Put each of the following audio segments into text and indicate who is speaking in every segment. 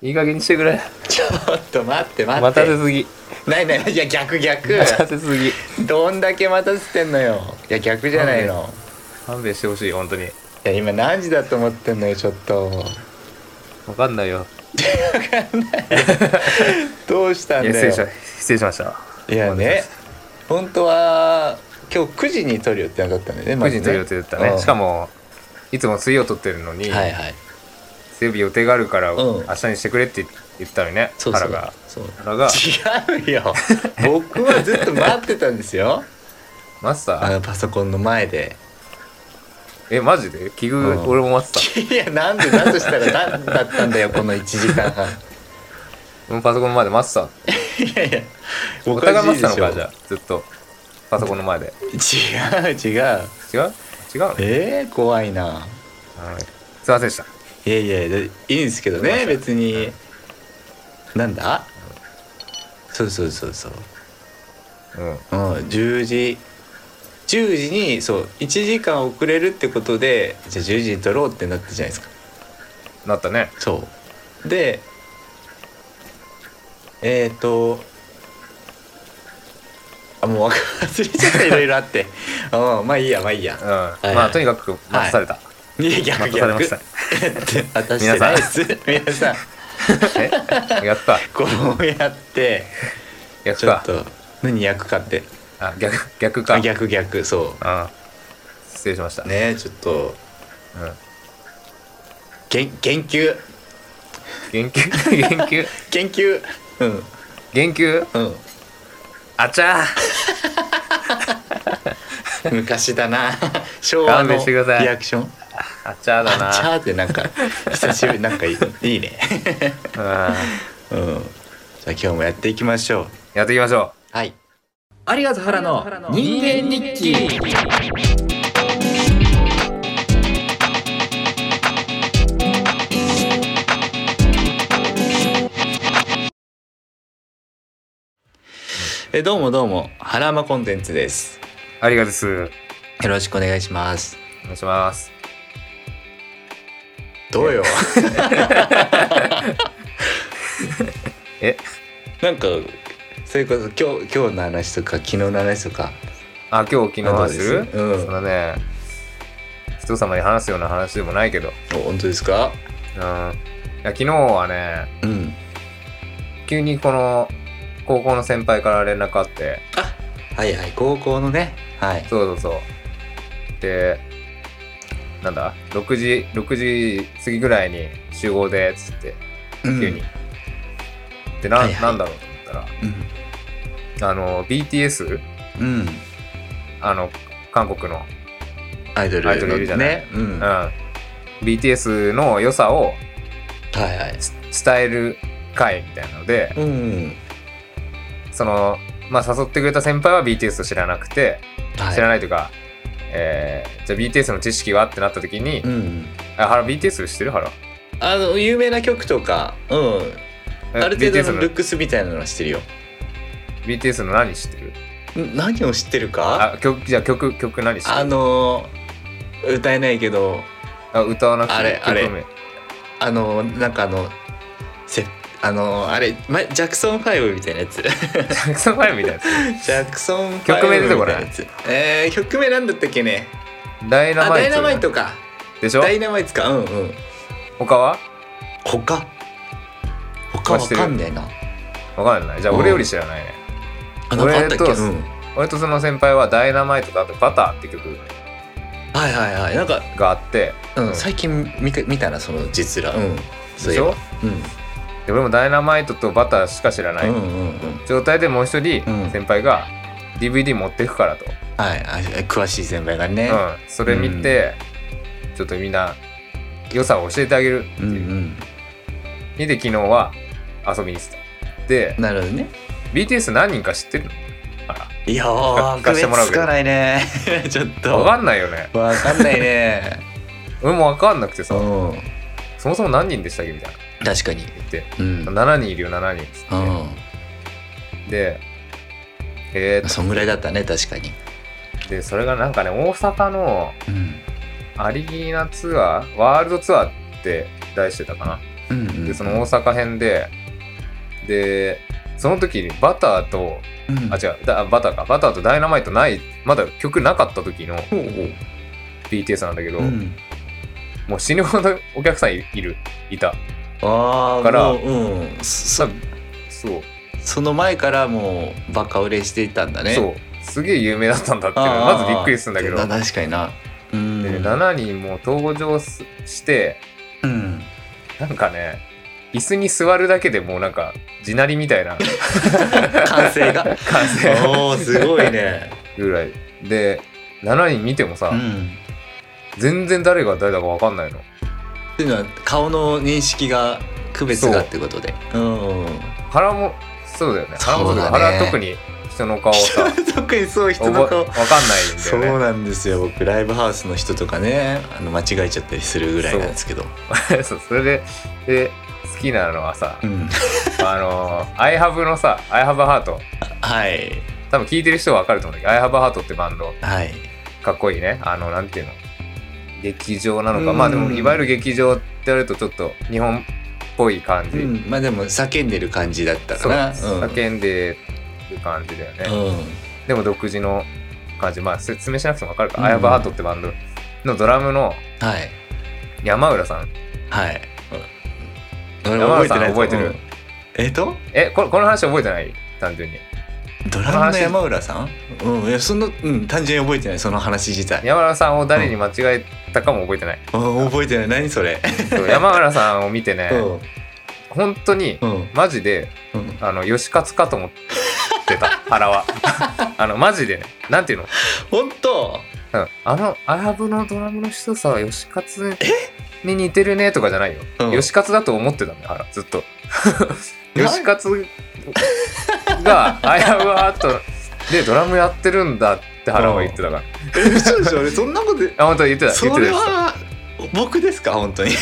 Speaker 1: いい加減にしてくれ
Speaker 2: ちょっと待って待って
Speaker 1: 待たせすぎ
Speaker 2: ないないいや逆逆
Speaker 1: 待たせすぎ
Speaker 2: どんだけ待たせてんのよいや逆じゃないの
Speaker 1: 勘弁してほしい本当に
Speaker 2: いや今何時だと思ってんのよちょっと
Speaker 1: わかんないよ
Speaker 2: どうしたん
Speaker 1: いや
Speaker 2: だ
Speaker 1: 失礼し
Speaker 2: よ
Speaker 1: ま失礼しました
Speaker 2: いやね本当は今日9時に撮る予定だったんだよね
Speaker 1: 9
Speaker 2: ま
Speaker 1: 時
Speaker 2: ず
Speaker 1: に撮る予定だったね、
Speaker 2: うん
Speaker 1: しかもいつも水曜撮ってるのに、
Speaker 2: はいはい
Speaker 1: 水曜日予定があるから、
Speaker 2: うん
Speaker 1: 明日にしてくれって言ったのにね
Speaker 2: そうそ
Speaker 1: 原
Speaker 2: う
Speaker 1: が
Speaker 2: そう
Speaker 1: 原が
Speaker 2: 違う よ僕はずっと待ってたんですよ
Speaker 1: マスタ
Speaker 2: あ
Speaker 1: ー
Speaker 2: のパソコンの前で
Speaker 1: えマジで奇遇、
Speaker 2: うん
Speaker 1: 俺も待って
Speaker 2: いやなんでだとしたら何だったんだよこの1時間
Speaker 1: た
Speaker 2: 半
Speaker 1: パソコンの前で待ってた
Speaker 2: いやいやお
Speaker 1: お互い待ってたの
Speaker 2: か
Speaker 1: かじゃあずっとパソコンの前で
Speaker 2: しいでしょ違う違う
Speaker 1: 違う違うの、はい
Speaker 2: えー、怖いな
Speaker 1: すいませんでした
Speaker 2: いやいやでいいんですけどね別になんだそうそうそうそう
Speaker 1: うん
Speaker 2: うん10時10時にそう1時間遅れるってことでじゃあ10時に撮ろうってなったじゃないですか
Speaker 1: なったね
Speaker 2: そうでえっ、ー、とあもう分か忘れちゃったいろいろあってうんまあいいやまあいいや
Speaker 1: うん、
Speaker 2: いはい
Speaker 1: まあとにかく待たされた、
Speaker 2: いや逆
Speaker 1: 待たされまし
Speaker 2: 逆
Speaker 1: た
Speaker 2: 私じゃないです皆さん
Speaker 1: えやった
Speaker 2: こうやって
Speaker 1: やっ
Speaker 2: ちょったと何役かって
Speaker 1: あ逆逆か
Speaker 2: あ逆逆そ
Speaker 1: うん失礼しました
Speaker 2: うねちょっと
Speaker 1: うん
Speaker 2: 研研究
Speaker 1: 言及 言及
Speaker 2: 研究うん
Speaker 1: 言及
Speaker 2: うん
Speaker 1: あちゃ
Speaker 2: 昔 だな昭和
Speaker 1: 勘弁
Speaker 2: の
Speaker 1: してください
Speaker 2: リアクション
Speaker 1: ーあちゃーだ
Speaker 2: あちゃ
Speaker 1: な
Speaker 2: ーってなんか久しぶりなんかいいいいね
Speaker 1: うん
Speaker 2: うんじゃあ今日もやっていきましょう
Speaker 1: やっていきましょ
Speaker 2: はいありがとう原の人間日記えどうもどうも原間コンテンツです
Speaker 1: うありがとうです
Speaker 2: よろしくお願いします
Speaker 1: お願いします
Speaker 2: どうよ
Speaker 1: え
Speaker 2: なんかそれこそ今日今日の話とか昨日の話とか
Speaker 1: あ今日昨日
Speaker 2: あどう
Speaker 1: 話
Speaker 2: ですす
Speaker 1: る
Speaker 2: うん
Speaker 1: そんなね人様に話すような話でもないけど
Speaker 2: お本当ですか
Speaker 1: うんいや昨日はね
Speaker 2: うん
Speaker 1: 急にこの高校の先輩から連絡あって
Speaker 2: はいはい高校のねはい
Speaker 1: そうそうそうでなんだ6時6時過ぎぐらいに集合でっつって急に、でな,、
Speaker 2: はいはい
Speaker 1: なんだろうと思ったら
Speaker 2: うん
Speaker 1: あの BTS
Speaker 2: うん、うん
Speaker 1: あの韓国の、
Speaker 2: アイドル
Speaker 1: アイドルいるじゃない
Speaker 2: ねうん
Speaker 1: う、ん
Speaker 2: は
Speaker 1: BTS の良さを
Speaker 2: いはい
Speaker 1: つ伝える会みたいなので
Speaker 2: うん
Speaker 1: その、まあ、誘ってくれた先輩は BTS を知らなくて
Speaker 2: はい
Speaker 1: 知らないというか、えーじゃあ BTS の知識はってなった時に
Speaker 2: うん
Speaker 1: 「あ原 BTS 知ってる原
Speaker 2: あの有名な曲とかうん
Speaker 1: え
Speaker 2: ある程
Speaker 1: BTS
Speaker 2: 度の
Speaker 1: の
Speaker 2: ルックスみたいなのは知ってるよ
Speaker 1: BTS の何知ってる
Speaker 2: ん何を知ってるか
Speaker 1: あ曲じゃあ曲曲何知って
Speaker 2: あ
Speaker 1: る
Speaker 2: のー歌えないけど
Speaker 1: あ歌わなくて
Speaker 2: あれ
Speaker 1: 曲
Speaker 2: あれ
Speaker 1: 名
Speaker 2: あのーなんかあのせあのーあれ、ま、ジャクソン5みたいなや つジ
Speaker 1: ジャクソンファイブみたいなや
Speaker 2: ャクソン5み
Speaker 1: 曲名出てこない
Speaker 2: たいなやつえー、曲名なんだったっけね
Speaker 1: つダイナ
Speaker 2: あ
Speaker 1: マ
Speaker 2: ダ
Speaker 1: イ
Speaker 2: イ
Speaker 1: ト
Speaker 2: ナマイトか
Speaker 1: でしょ
Speaker 2: ダイナマイトかうんうん
Speaker 1: 他は
Speaker 2: 他他わかんねえな
Speaker 1: わかんないじゃあ
Speaker 2: うん
Speaker 1: 俺より知らないね
Speaker 2: あなんかあったっけ、
Speaker 1: 俺と
Speaker 2: うん、
Speaker 1: 俺とその先輩は「ダイナマイト」とあと「バター」って曲
Speaker 2: はいはいはいなんか、
Speaker 1: があって、
Speaker 2: うん
Speaker 1: うん
Speaker 2: 最近見か見たなその実らうんそ
Speaker 1: で
Speaker 2: うい
Speaker 1: し
Speaker 2: えば
Speaker 1: ょで俺も「ダイナマイト」と「バター」しか知らない、
Speaker 2: うん、うんうんうん
Speaker 1: 状態でもう一人
Speaker 2: うん
Speaker 1: 先輩が DVD 持ってくからと、
Speaker 2: はいあ詳しい先輩がね、
Speaker 1: うん、それ見て、ちょっとみんな良さを教えてあげるって
Speaker 2: うん
Speaker 1: いう、で昨日は遊びにしたで
Speaker 2: なるほどね
Speaker 1: BTS 何人か知ってる
Speaker 2: いやー
Speaker 1: 聞かせてもらう
Speaker 2: 区
Speaker 1: け
Speaker 2: 別
Speaker 1: ど
Speaker 2: つかないね ちょっ
Speaker 1: の
Speaker 2: と
Speaker 1: わかんないよね
Speaker 2: わかんないね
Speaker 1: 俺もわかんなくてさ、
Speaker 2: うん
Speaker 1: そもそも何人でしたっけみたいな
Speaker 2: 確かに
Speaker 1: 言って
Speaker 2: うん、うん
Speaker 1: 7人いるよ7人っつって、でえーっ
Speaker 2: そんぐらいだったね確かに、
Speaker 1: とでそれがなんかね大阪の
Speaker 2: うん、
Speaker 1: アリーナツアーワールドツアーって題してたかな
Speaker 2: うんうんうん
Speaker 1: でその大阪編ででその時にバターと
Speaker 2: うん
Speaker 1: あ違うだバターかバターとダイナマイトないまだ曲なかった時の
Speaker 2: ほうほう
Speaker 1: BTS なんだけど、
Speaker 2: うん
Speaker 1: もう死ぬほどお客さんいいるいた
Speaker 2: ああ
Speaker 1: から
Speaker 2: もううんそ
Speaker 1: そう
Speaker 2: その前からもうバカ売れしていたんだね
Speaker 1: そうすげえ有名だったんだっていうの
Speaker 2: あ
Speaker 1: が
Speaker 2: ー
Speaker 1: まずびっくりするんだけど
Speaker 2: な確かになうん
Speaker 1: で7人もう登場すして
Speaker 2: うん
Speaker 1: なんかね椅子に座るだけでもうなんか地鳴りみたいな
Speaker 2: 完 成が
Speaker 1: 感 じ
Speaker 2: おおすご いね
Speaker 1: ぐらいで7人見てもさ、
Speaker 2: うん
Speaker 1: 全然誰が誰だか分かんないの
Speaker 2: っていうのは顔の認識が区別がってことでうん
Speaker 1: 原もそうだよね原もそうだけど
Speaker 2: そうだね
Speaker 1: 原特に人の顔をさ
Speaker 2: 特にそう人
Speaker 1: 分
Speaker 2: の
Speaker 1: か
Speaker 2: 顔
Speaker 1: 分かんないんだ
Speaker 2: そう
Speaker 1: よね
Speaker 2: なんですよ僕ライブハウスの人とかねあの間違えちゃったりするぐらいなんですけど
Speaker 1: そうそれでで好きなのはさ
Speaker 2: うん
Speaker 1: あのー「IHAVE」のさ「IHAVEHEART」
Speaker 2: はい
Speaker 1: 多分聞いてる人は分かると思うんだけど「IHAVEHEART」ってバンド
Speaker 2: はい
Speaker 1: かっこいいねあのなんていうの劇場なのか
Speaker 2: うん
Speaker 1: まあでもいわゆる劇場ってやるとちょっと日本っぽい感じ、
Speaker 2: うんまあでも叫んでる感じだったか
Speaker 1: そう
Speaker 2: なうん
Speaker 1: 叫んでる感じだよね、でも独自の感じまあ説明しなくても分かるか
Speaker 2: うん
Speaker 1: ら「IHAVEHEART」ってバンドのドラムの
Speaker 2: うんはい
Speaker 1: 山浦さん
Speaker 2: はい
Speaker 1: 山浦
Speaker 2: 俺覚えて
Speaker 1: さん
Speaker 2: ない
Speaker 1: 覚えてる
Speaker 2: うんえっと
Speaker 1: えここの話覚えてない単純に
Speaker 2: ドラムの山浦さんうんいやそのうん単純に覚えてないその話自体
Speaker 1: 山浦さんを誰に間違えたかも覚えてない、
Speaker 2: うん覚えてない何それ
Speaker 1: そう山浦さんを見てね、本当に
Speaker 2: うんうん
Speaker 1: マジで
Speaker 2: うん
Speaker 1: あの吉勝かと思ってた原 はあのマジでねなんていうの、
Speaker 2: 本当
Speaker 1: うん、あのアラブのドラムの人さ吉勝に似てるねとかじゃないよ、
Speaker 2: うん
Speaker 1: 吉勝だと思ってたね原ずっと
Speaker 2: な
Speaker 1: 吉勝がアラブハートでドラムやってるんだって原は言ってたから、
Speaker 2: え嘘でしょ俺そんなこと言
Speaker 1: あ本当言ってた
Speaker 2: そ
Speaker 1: 言ってた
Speaker 2: れ
Speaker 1: 言って
Speaker 2: は僕ですか本当に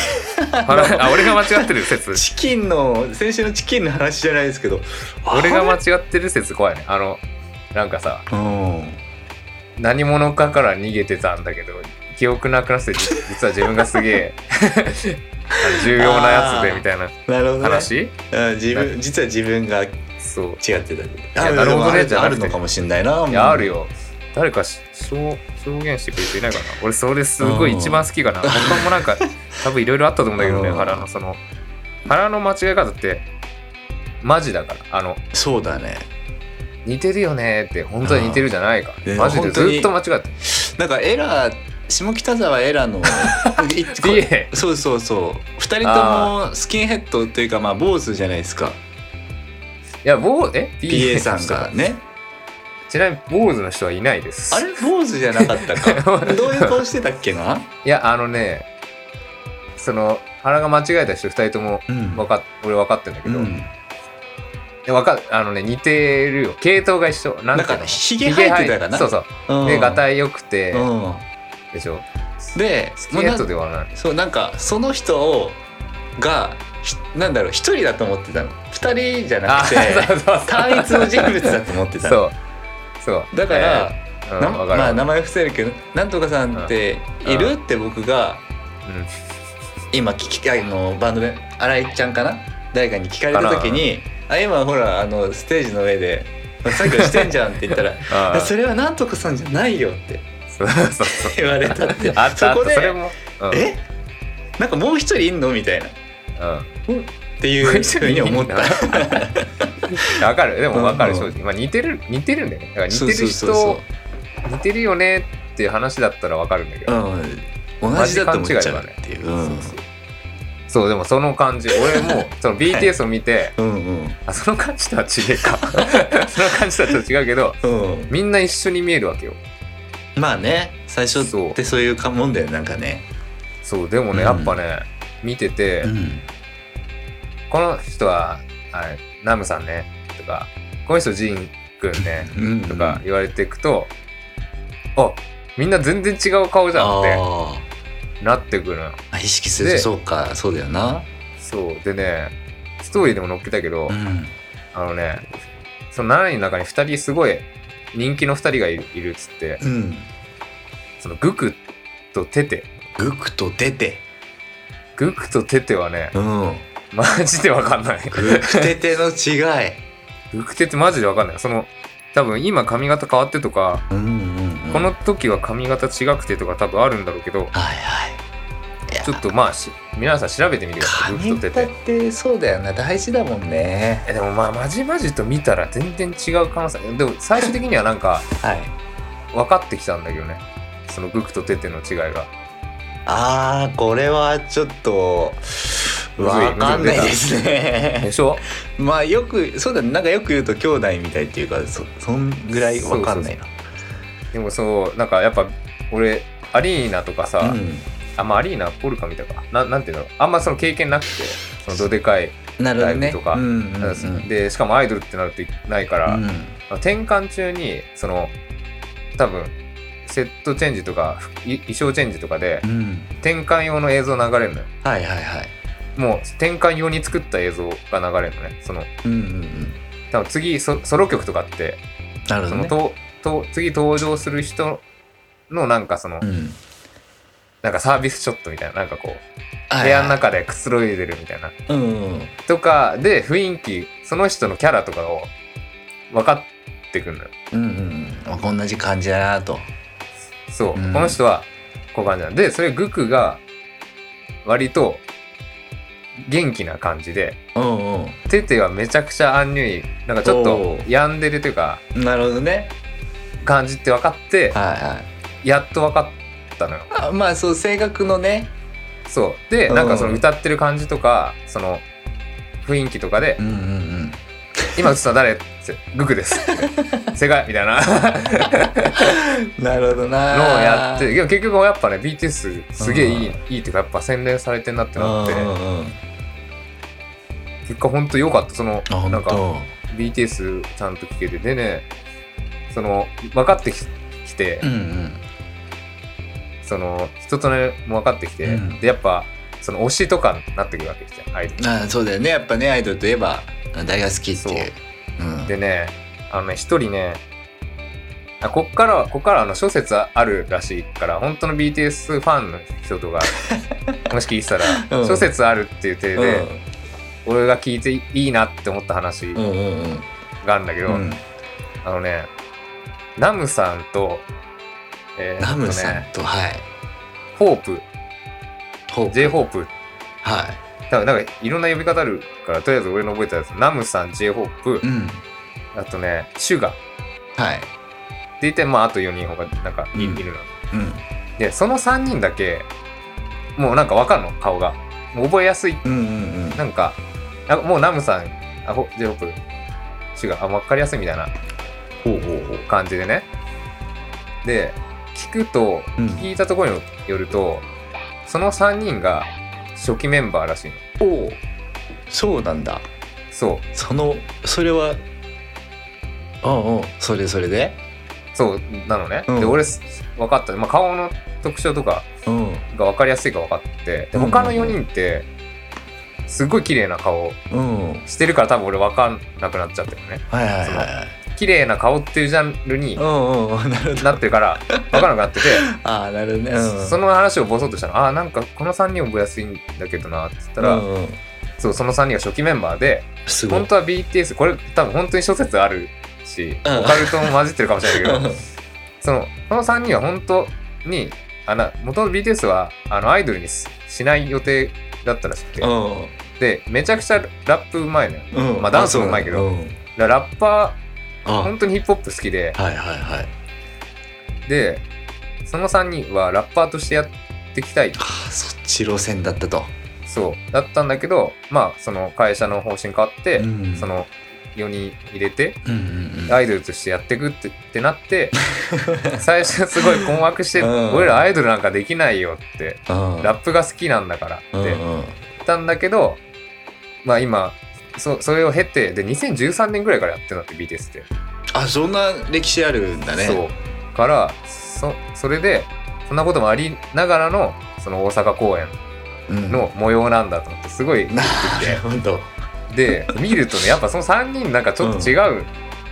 Speaker 1: た原あ俺が間違ってる説
Speaker 2: チキンの先週のチキンの話じゃないですけど
Speaker 1: 俺が
Speaker 2: ま
Speaker 1: 間違ってる説怖いねあのなんかさ
Speaker 2: うん
Speaker 1: 何者かから逃げてたんだけど記憶なくなっててじ実は自分がすげえ あの重要なやつでみたいな
Speaker 2: なるほど、ね、
Speaker 1: 話
Speaker 2: うん自分実は自分が違って
Speaker 1: そう
Speaker 2: たんだ
Speaker 1: いやなるほどね
Speaker 2: でもあるあるのかもしれないないい
Speaker 1: やあるよ誰かし証証言してくれる人いないかな俺それすごい一番好きかな他もなん か多分いろいろあったと思うんだけどね
Speaker 2: うん
Speaker 1: 腹のその腹の間違い方ってマジだからあの
Speaker 2: そうだね
Speaker 1: 似てるよねって本当は似てるじゃないか
Speaker 2: うん
Speaker 1: マジで
Speaker 2: 本当に
Speaker 1: ずっと間違って
Speaker 2: なんかエラー下北沢 エラーのいこ
Speaker 1: DA
Speaker 2: そうそうそう二人ともスキンヘッドというかまあ坊主じゃないですか
Speaker 1: いや坊え
Speaker 2: PA さんがね
Speaker 1: ちなみに坊主の人はいないです
Speaker 2: あれ坊主じゃなかっ たかどういう顔してたっけない
Speaker 1: やあのねその原が間違えた人2人とも
Speaker 2: うん
Speaker 1: 分かっ俺分かってんだけ
Speaker 2: う
Speaker 1: ど、い
Speaker 2: ん
Speaker 1: や分かあのね似てるよ系統が一緒なん
Speaker 2: なん
Speaker 1: てい
Speaker 2: か
Speaker 1: うの
Speaker 2: ひげ生えてたかな
Speaker 1: そうそう
Speaker 2: うん
Speaker 1: でがたい良くて、
Speaker 2: うん
Speaker 1: でしょ
Speaker 2: で
Speaker 1: スキンヘッドではない
Speaker 2: そうなんかその人をがひなんだろう一人だと思ってたの二人じゃなくて
Speaker 1: そうそうそう
Speaker 2: 単一の人物だと思ってたの
Speaker 1: そうそう
Speaker 2: だから、、
Speaker 1: えーうん
Speaker 2: な
Speaker 1: わかる
Speaker 2: まあ名前伏せるけどなんとかさんっている、
Speaker 1: う
Speaker 2: って僕が
Speaker 1: うん
Speaker 2: 今聞きあのバンドで新井ちゃんかな誰かに聞かれた時に「あ今ほらあのステージの上で作業してんじゃん」って言った ら「い
Speaker 1: あ
Speaker 2: や
Speaker 1: ー
Speaker 2: それはなんとかさんじゃないよ」って
Speaker 1: そうそうそう
Speaker 2: 言われたって
Speaker 1: あったあ
Speaker 2: そ
Speaker 1: っ
Speaker 2: こ
Speaker 1: た
Speaker 2: で
Speaker 1: それも、うん、
Speaker 2: えなんかもう一人いんのみたいなっ
Speaker 1: う
Speaker 2: ていうふうに思った
Speaker 1: もう一人ん、わかるでも分かる
Speaker 2: うん
Speaker 1: 正直、まあ、似てる似てるんだよねだから似てる人
Speaker 2: そうそうそう
Speaker 1: 似てるよねっていう話だったら分かるんだけど、
Speaker 2: そう、うん、同じだと思っちゃうっていう、うん
Speaker 1: そうでもその感じ俺もその BTS を見て、
Speaker 2: うんうん
Speaker 1: あその感じとは違えか その感じとはちょっと違うけど
Speaker 2: うん
Speaker 1: みんな一緒に見えるわけよ
Speaker 2: まあね最初ってそういうかもんだよねなんかね、
Speaker 1: そうでもね、
Speaker 2: うん
Speaker 1: やっぱね見てて、
Speaker 2: ん、
Speaker 1: この人はあれナムさんねとかこの人ジンくんね
Speaker 2: うん
Speaker 1: とか言われていくと、あみんな全然違う顔じゃんっ
Speaker 2: あ
Speaker 1: てなってくるのよ
Speaker 2: あ意識すると
Speaker 1: で
Speaker 2: そうかそうだよな
Speaker 1: そうでねストーリーでも載っけたけど、
Speaker 2: ん
Speaker 1: あのねその7人の中に2人すごい人気の2人がいるいるっつって
Speaker 2: うん
Speaker 1: そのグクとテテ
Speaker 2: グクと出て
Speaker 1: グクとテテはね
Speaker 2: うん
Speaker 1: マジでわかんない。
Speaker 2: グクテテの違い。
Speaker 1: グクテってマジでわかんない。その、多分今髪型変わってとか、
Speaker 2: うんうん、うん。
Speaker 1: この時は髪型違くてとか多分あるんだろうけど、
Speaker 2: はいはい。
Speaker 1: ちょっとまあし、皆さん調べてみてください。グ
Speaker 2: 髪
Speaker 1: クテ
Speaker 2: 型
Speaker 1: テ
Speaker 2: っ。てそうだよな大事だもんね。
Speaker 1: えでもまあ、まじまじと見たら全然違う可能性。でも最終的にはなんか、
Speaker 2: はい。
Speaker 1: 分かってきたんだけどね。そのグクとテテの違いが。
Speaker 2: ああこれはちょっと
Speaker 1: むずい
Speaker 2: わかんないです
Speaker 1: で
Speaker 2: ね。
Speaker 1: しょ
Speaker 2: まあよくそうだねなんかよく言うと兄弟みたいっていうかそそんぐらいわかんないな。
Speaker 1: でもそう、なんかやっぱ、俺、アリーナとかさ、
Speaker 2: う
Speaker 1: あ、まあ、アリーナ、ポルカ見たか。ななんていうのあんまその経験なくて、そのどでかい。
Speaker 2: ん。なるほど
Speaker 1: ライ
Speaker 2: ね。
Speaker 1: ブとか
Speaker 2: うんうんうん。
Speaker 1: で、しかもアイドルってなるとないから、
Speaker 2: うん
Speaker 1: 転換中に、その、多分、セットチェンジとか、い衣装チェンジとかで
Speaker 2: う、ん。
Speaker 1: 転換用の映像流れるのよ。
Speaker 2: はいはいはい。
Speaker 1: もう、転換用に作った映像が流れるのね。その、
Speaker 2: うんうんうん。
Speaker 1: 多分次、ソソロ曲とかって、
Speaker 2: なる
Speaker 1: そ
Speaker 2: ほ
Speaker 1: の
Speaker 2: どね。
Speaker 1: とと次登場する人のなんかその、
Speaker 2: うん。
Speaker 1: なんかサービスショットみたいななんかこう
Speaker 2: はいはい
Speaker 1: 部屋の中でくつろいでるみたいな
Speaker 2: うんうんうん。
Speaker 1: とかで雰囲気その人のキャラとかを分かってくるのよ
Speaker 2: うんうんうん、同じ感じだなと。
Speaker 1: そう、
Speaker 2: うん
Speaker 1: この人はこういう感じなんでそれグクが割と元気な感じで
Speaker 2: うん
Speaker 1: テテはめちゃくちゃアンニュイなんかちょっと
Speaker 2: おう
Speaker 1: 病んでるというか
Speaker 2: うん。なるほどね。
Speaker 1: 感じって分かって
Speaker 2: はいはい。
Speaker 1: やっと分かったのよ
Speaker 2: あまあそう性格のね。
Speaker 1: そうで
Speaker 2: うん
Speaker 1: なんかその歌ってる感じとかその雰囲気とかで
Speaker 2: んうんうん。
Speaker 1: 「今映ったの誰?」って「グク です」って「世界」みたいな
Speaker 2: なるほどな。
Speaker 1: のをやってでも結局やっぱね BTS すげえいい,、
Speaker 2: う
Speaker 1: いいっていうかやっぱ洗練されてんなって
Speaker 2: う
Speaker 1: な
Speaker 2: ん
Speaker 1: って
Speaker 2: うんうん。
Speaker 1: 結果ほんと良かったその
Speaker 2: あ本
Speaker 1: なんか
Speaker 2: 当。
Speaker 1: BTS ちゃんと聞けてでねその分かってききて、
Speaker 2: うんうん。
Speaker 1: その人とねも分かってきて、
Speaker 2: うん
Speaker 1: でやっぱその推しとかになってくるわけじゃんアイドル
Speaker 2: あそうだよねやっぱねアイドルといえば大が好きっていう。うん
Speaker 1: でねあのね一人ねあこっからはこっからあの諸説あるらしいから本当の BTS ファンの人 とかもし聞いてたら、
Speaker 2: うん
Speaker 1: 諸説あるっていう体で、俺が聞いていいなって思った話
Speaker 2: うんうんうんうん
Speaker 1: があるんだけど、
Speaker 2: うん。
Speaker 1: あのねナムさんと,、えー
Speaker 2: ナムさ
Speaker 1: あ
Speaker 2: んとはい。
Speaker 1: とね、ホープ
Speaker 2: ほう
Speaker 1: j ホープ
Speaker 2: は
Speaker 1: 多分なんかいろんな呼び方あるからとりあえず俺の覚えたやつナムさん j ホープ
Speaker 2: い。うん
Speaker 1: あとねシュガー
Speaker 2: はい。
Speaker 1: でいてまああと4人ほかなんかい,、
Speaker 2: うん
Speaker 1: いるの
Speaker 2: うん
Speaker 1: でその3人だけもうなんかわかるの顔がもう覚えやすい
Speaker 2: うんうんうん。
Speaker 1: なんかあもうナムさんあほ j ホープシュガーあ分かりやすいみたいな
Speaker 2: ほうほうほう。
Speaker 1: 感じでねで聞くと
Speaker 2: うん
Speaker 1: 聞いたところによると、その3人が初期メンバーらしいの
Speaker 2: おうそうなんだ。
Speaker 1: そう
Speaker 2: そのそれはうんうんそれそれで
Speaker 1: そうなのね、
Speaker 2: うん
Speaker 1: で俺分かった、まあ、顔の特徴とか
Speaker 2: うん
Speaker 1: が分かりやすいか分かってで
Speaker 2: うん
Speaker 1: 他の4人ってすっごい綺麗な顔
Speaker 2: うん
Speaker 1: してるから多分俺分かんなくなっちゃったよね
Speaker 2: はいはいはい
Speaker 1: 綺麗な顔っていうジャンルに
Speaker 2: うんうん なるほど
Speaker 1: なってるから分からなくなってて、
Speaker 2: ああなるほどね うん
Speaker 1: その話をボソッとしたのあーなんかこの3人覚えやすいんだけどなって言ったら、
Speaker 2: うんうん
Speaker 1: そうその3人が初期メンバーです
Speaker 2: ごい
Speaker 1: 本当は BTS これ多分本当に諸説あるし、
Speaker 2: うん
Speaker 1: オカルトも混じってるかもしれないけ
Speaker 2: う
Speaker 1: ど
Speaker 2: ん
Speaker 1: そのこの3人は本当にあな元の BTS はあのアイドルにししない予定だったらしくて、でめちゃくちゃラップうまいのよ
Speaker 2: うんうん
Speaker 1: まあダンスもうまいけど
Speaker 2: あそうなん
Speaker 1: だ
Speaker 2: だ
Speaker 1: ラッパー
Speaker 2: うん
Speaker 1: 本当にヒップホップ好きで
Speaker 2: あはいはいはい
Speaker 1: でその3人はラッパーとしてやっていきたい
Speaker 2: あーそっち路線だったと
Speaker 1: そうだったんだけどまあその会社の方針変わって、
Speaker 2: うん
Speaker 1: その4人入れて
Speaker 2: うんうんうん
Speaker 1: アイドルとしてやっていくってってなって 最初すごい困惑して、
Speaker 2: うん
Speaker 1: 俺らアイドルなんかできないよって
Speaker 2: うん
Speaker 1: ラップが好きなんだからって
Speaker 2: うん
Speaker 1: 言っ
Speaker 2: うん
Speaker 1: たんだけど、まあ今そそれを経てで2013年ぐらいからやってるんだって BTS って、
Speaker 2: あそんな歴史あるんだね
Speaker 1: そうからそそれでそんなこともありながらのその大阪公演
Speaker 2: うん
Speaker 1: の模様なんだと思ってすごい
Speaker 2: な るほど
Speaker 1: で見るとねやっぱその3人なんかちょっと違う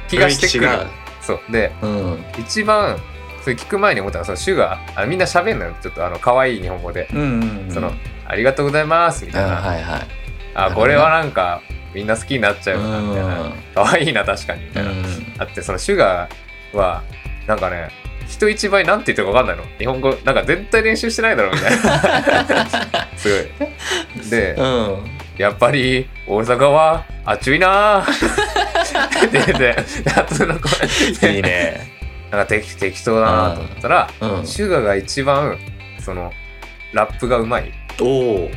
Speaker 1: 気がしてくる、
Speaker 2: 雰囲
Speaker 1: そうで
Speaker 2: 気がうん
Speaker 1: 一番それ聞く前に思ったのはそのシュガーあみんな喋んのよちょっとあの可愛い日本語で、
Speaker 2: うんうんうん
Speaker 1: その「ありがとうございます」み
Speaker 2: うん
Speaker 1: たいな、
Speaker 2: はいはい
Speaker 1: ああこれはなんかみんな好きになっちゃうなみたい
Speaker 2: うん
Speaker 1: な可愛いな確かにみ
Speaker 2: う
Speaker 1: たいな、
Speaker 2: ん
Speaker 1: だってそのシュガーはなんかね人一倍なんて言ってるか分かんないの日本語なんか絶対練習してないだろうみたいなすごいで
Speaker 2: うん
Speaker 1: やっぱり大阪は暑いなーって言って夏の声
Speaker 2: いいね
Speaker 1: なんか適適当だなと思ったら、
Speaker 2: うん
Speaker 1: シュガが一番そのラップがうまい
Speaker 2: おお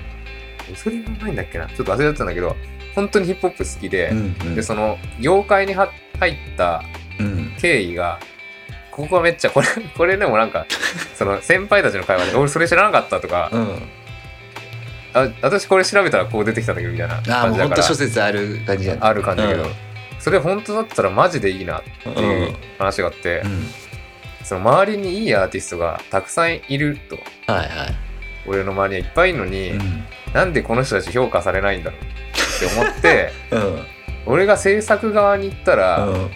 Speaker 1: それがうまいんだっけなちょっと忘れちゃったんだけど本当にヒップホップ好きで、で
Speaker 2: で
Speaker 1: その業界には入った
Speaker 2: うん
Speaker 1: 経緯がここがめっちゃこれこれでもなんかその先輩たちの会話 で「俺それ知らなかった」とか
Speaker 2: うん
Speaker 1: 「あ私これ調べたらこう出てきたんだけど」みたいな
Speaker 2: ああ
Speaker 1: 感
Speaker 2: もう
Speaker 1: じだ
Speaker 2: 本
Speaker 1: か
Speaker 2: 当諸
Speaker 1: ら
Speaker 2: 説ある感じやね
Speaker 1: ある感じだけど、
Speaker 2: うん
Speaker 1: それ本当だったらマジでいいなって
Speaker 2: うん
Speaker 1: いう話があって、
Speaker 2: うん
Speaker 1: その周りにいいアーティストがたくさんいると
Speaker 2: はいはい
Speaker 1: 俺の周りにはいっぱいいるのに、
Speaker 2: うん
Speaker 1: なんでこの人たち評価されないんだろうって思って
Speaker 2: うん
Speaker 1: 俺が制作側に行ったら、
Speaker 2: うん